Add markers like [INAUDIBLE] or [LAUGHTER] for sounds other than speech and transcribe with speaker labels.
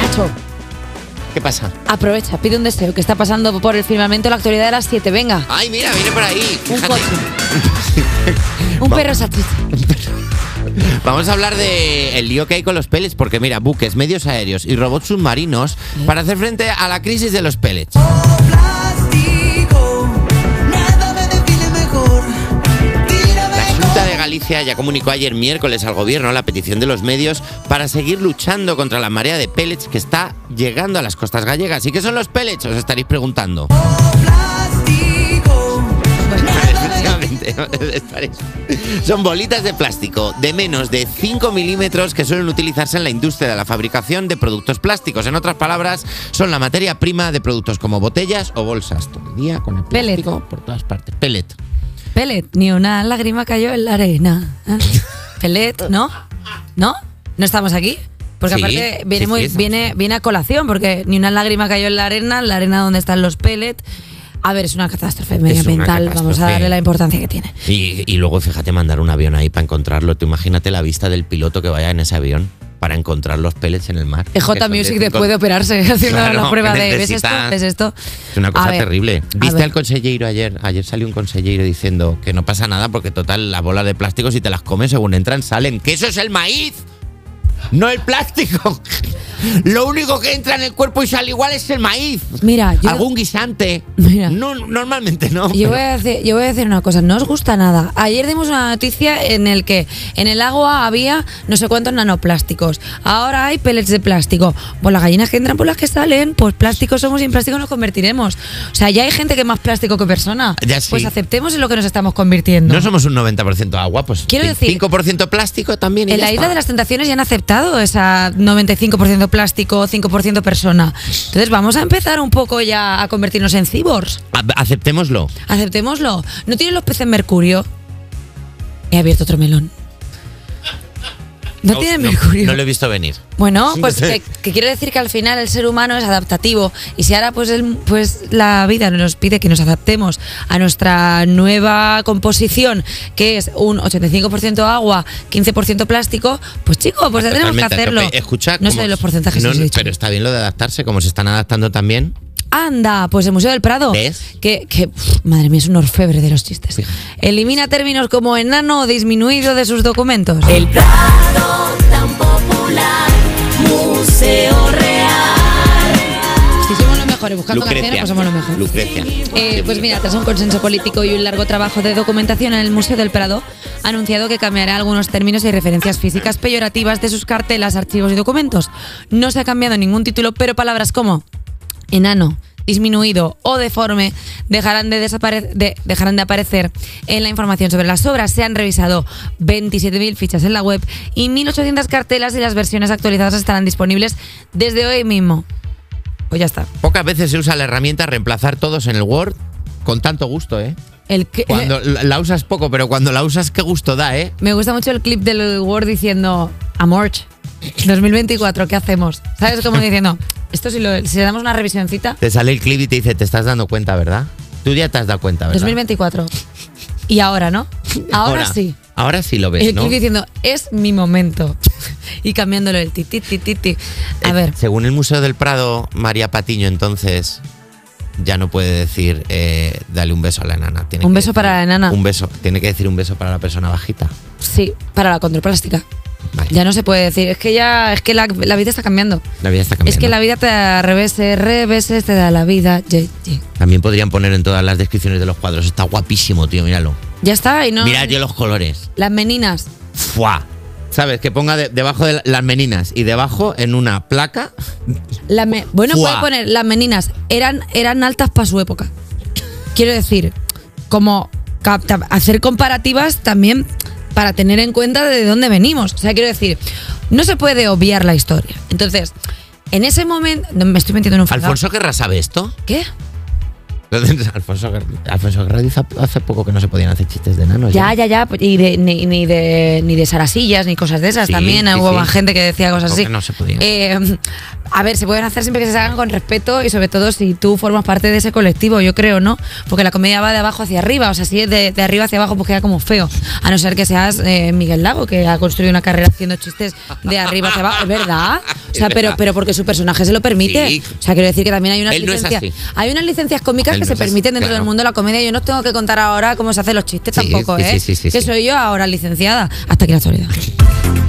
Speaker 1: Nacho.
Speaker 2: ¿Qué pasa?
Speaker 1: Aprovecha, pide un deseo que está pasando por el firmamento la actualidad de las 7. Venga.
Speaker 2: Ay, mira, viene por ahí.
Speaker 1: Un
Speaker 2: Fíjate.
Speaker 1: coche. Un
Speaker 2: Va-
Speaker 1: perro salchicha.
Speaker 2: Vamos a hablar de el lío que hay con los pellets, porque mira, buques, medios aéreos y robots submarinos para hacer frente a la crisis de los pellets.
Speaker 3: plástico. Nada me define mejor. Tírame
Speaker 2: La Junta de Galicia ya comunicó ayer miércoles al gobierno la petición de los medios para seguir luchando contra la marea de pellets que está llegando a las costas gallegas. ¿Y qué son los pellets? Os estaréis preguntando. [LAUGHS]
Speaker 3: plástico.
Speaker 2: Efectivamente, [LAUGHS] estaréis- son bolitas de plástico de menos de 5 milímetros que suelen utilizarse en la industria de la fabricación de productos plásticos. En otras palabras, son la materia prima de productos como botellas o bolsas. Todo el día con el
Speaker 1: Pellet.
Speaker 2: plástico por todas partes. Pellet.
Speaker 1: Pellet, ni una lágrima cayó en la arena. ¿Eh? Pellet, ¿no? ¿No? ¿No estamos aquí? Porque
Speaker 2: Sí,
Speaker 1: aparte viene,
Speaker 2: sí,
Speaker 1: muy-
Speaker 2: sí, estamos
Speaker 1: viene, viene a colación, porque ni una lágrima cayó en la arena, la arena donde están los pellets. A ver, es una catástrofe medioambiental, vamos a
Speaker 2: catástrofe.
Speaker 1: darle la importancia que tiene.
Speaker 2: Y, y luego, fíjate, mandar un avión ahí para encontrarlo. Tú imagínate la vista del piloto que vaya en ese avión para encontrar los pellets en el mar. Que
Speaker 1: EJ
Speaker 2: son de
Speaker 1: Music
Speaker 2: cinco-
Speaker 1: después de operarse, [LAUGHS] haciendo
Speaker 2: Claro,
Speaker 1: la prueba de ¿ves esto?
Speaker 2: necesita-
Speaker 1: ¿Ves esto?
Speaker 2: Es una
Speaker 1: A
Speaker 2: cosa
Speaker 1: ver,
Speaker 2: terrible.
Speaker 1: a
Speaker 2: ¿Viste
Speaker 1: ver.
Speaker 2: al consejero ayer? Ayer salió un consejero diciendo que no pasa nada porque total las bolas de plástico si te las comes según entran salen. ¡Que eso es el maíz! No el plástico. [LAUGHS] Lo único que entra en el cuerpo y sale igual es el maíz.
Speaker 1: Mira, yo-
Speaker 2: Algún guisante.
Speaker 1: Mira.
Speaker 2: No, normalmente no.
Speaker 1: Yo
Speaker 2: pero-
Speaker 1: voy, a decir, yo voy a decir una cosa, no os gusta nada. Ayer dimos una noticia en el que en el agua había no sé cuántos nanoplásticos. Ahora hay pellets de plástico. Pues las gallinas que entran por las que salen, pues plásticos somos y en plástico nos convertiremos. O sea, ya hay gente que es más plástico que persona.
Speaker 2: Ya sí.
Speaker 1: Pues aceptemos en lo que nos estamos convirtiendo.
Speaker 2: No somos un 90% agua, pues
Speaker 1: Quiero decir-
Speaker 2: 5% plástico también. y
Speaker 1: en
Speaker 2: ya
Speaker 1: la isla
Speaker 2: está.
Speaker 1: de las tentaciones ya han aceptado esa 95% plástico, 5% persona. Entonces vamos a empezar un poco ya a convertirnos en cyborgs.
Speaker 2: A- Aceptémoslo.
Speaker 1: Aceptémoslo. ¿No tienen los peces mercurio? He abierto otro melón. ¿No, tienen mercurio?
Speaker 2: No lo he visto venir.
Speaker 1: Bueno, pues que, que quiero decir que al final el ser humano es adaptativo y si ahora pues, el- pues la vida nos pide que nos adaptemos a nuestra nueva composición que es un 85% agua, 15% plástico, pues chicos, pues ya tenemos que
Speaker 2: Totalmente a
Speaker 1: hacerlo.
Speaker 2: tope. Escucha,
Speaker 1: no
Speaker 2: como-
Speaker 1: sé los porcentajes
Speaker 2: no,
Speaker 1: que os he
Speaker 2: no,
Speaker 1: dicho.
Speaker 2: Pero está bien lo de adaptarse, como se están adaptando también.
Speaker 1: Anda, pues el Museo del Prado.
Speaker 2: ¿Ves?
Speaker 1: Que, que, pf, madre mía, es un orfebre de los chistes.
Speaker 2: Fíjate.
Speaker 1: Elimina términos como enano o disminuido de sus documentos.
Speaker 4: El Prado tan popular, Museo Real.
Speaker 1: Si somos los mejores buscando canciones, pues somos los mejores.
Speaker 2: Lucrecia.
Speaker 1: Eh, pues mira, tras un consenso político y un largo trabajo de documentación en el Museo del Prado, ha anunciado que cambiará algunos términos y referencias físicas peyorativas de sus cartelas, archivos y documentos. No se ha cambiado ningún título, pero palabras como enano, disminuido o deforme dejarán de, desapare- de- dejarán de aparecer en la información sobre las obras. Se han revisado 27.000 fichas en la web y 1.800 cartelas y las versiones actualizadas estarán disponibles desde hoy mismo. Pues ya está.
Speaker 2: Pocas veces se usa la herramienta reemplazar todos en el Word con tanto gusto, ¿eh?
Speaker 1: El que-
Speaker 2: Cuando la la usas poco, pero cuando la usas, qué gusto da, ¿eh?
Speaker 1: Me gusta mucho el clip del Word diciendo Amorch, 2024, ¿qué hacemos? ¿Sabes? Como diciendo, esto si, lo- si le damos una revisioncita,
Speaker 2: Te sale el clip y te dice, te estás dando cuenta, ¿verdad? Tú ya te has dado cuenta, ¿verdad?
Speaker 1: 2024. Y ahora, ¿no? Ahora, sí.
Speaker 2: Ahora sí lo ves,
Speaker 1: El
Speaker 2: ¿no?
Speaker 1: clip diciendo, es mi momento. Y cambiándolo el ti, ti, ti, ti, ti. A
Speaker 2: Eh,
Speaker 1: ver,
Speaker 2: Según el Museo del Prado, María Patiño entonces ya no puede decir eh, dale un beso a la enana. Tiene
Speaker 1: Un
Speaker 2: que
Speaker 1: beso
Speaker 2: decir
Speaker 1: para la enana.
Speaker 2: Un beso. Tiene que decir un beso para la persona bajita.
Speaker 1: sí, para la contraplástica.
Speaker 2: Vale.
Speaker 1: Ya no se puede decir, es que ya, es que la, la vida está cambiando.
Speaker 2: La vida está
Speaker 1: Es
Speaker 2: cambiando.
Speaker 1: que la vida te da reveses, reveses, eh, te da la vida. ye, ye.
Speaker 2: También podrían poner en todas las descripciones de los cuadros. Está guapísimo, tío, míralo.
Speaker 1: Ya está, y no.
Speaker 2: Mira yo los colores.
Speaker 1: Las meninas.
Speaker 2: ¡Fua! ¿Sabes? Que ponga de- debajo de la- las meninas y debajo en una placa.
Speaker 1: La me- bueno,
Speaker 2: Fuá.
Speaker 1: puede poner, las meninas eran, eran altas para su época. Quiero decir, como capta- hacer comparativas también para tener en cuenta de dónde venimos. O sea, quiero decir, no se puede obviar la historia. Entonces, en ese momento. no, me estoy metiendo en un fregado.
Speaker 2: ¿Alfonso Guerra sabe esto?
Speaker 1: ¿Qué?
Speaker 2: [LAUGHS] Alfonso, Guerra- Alfonso Guerra dice hace poco que no se podían hacer chistes de enanos.
Speaker 1: Ya, ya, ya. Y de, ni, ni de, ni de sarasillas, ni cosas de esas.
Speaker 2: Sí,
Speaker 1: También
Speaker 2: sí,
Speaker 1: hubo
Speaker 2: sí.
Speaker 1: más gente que decía cosas
Speaker 2: Porque
Speaker 1: así.
Speaker 2: no se podía.
Speaker 1: Eh, A ver, se pueden hacer siempre que se hagan con respeto y sobre todo si tú formas parte de ese colectivo, yo creo, ¿no? Porque la comedia va de abajo hacia arriba, o sea, si es de, de arriba hacia abajo, pues queda como feo. A no ser que seas eh, Miguel Lago, que ha construido una carrera haciendo chistes de arriba hacia abajo, es verdad. O
Speaker 2: Es
Speaker 1: sea, pero,
Speaker 2: verdad.
Speaker 1: pero porque su personaje se lo permite.
Speaker 2: Sí.
Speaker 1: O sea, quiero decir que también hay unas
Speaker 2: Él no es
Speaker 1: licencias.
Speaker 2: así.
Speaker 1: Hay unas licencias cómicas que
Speaker 2: Él no
Speaker 1: se
Speaker 2: es así,
Speaker 1: permiten dentro del
Speaker 2: claro.
Speaker 1: mundo de la comedia. Yo no os tengo que contar ahora cómo se hacen los chistes
Speaker 2: Sí,
Speaker 1: Este tampoco,
Speaker 2: sí,
Speaker 1: ¿eh?
Speaker 2: sí, sí, sí,
Speaker 1: que
Speaker 2: sí.
Speaker 1: soy yo ahora licenciada. Hasta aquí la actualidad.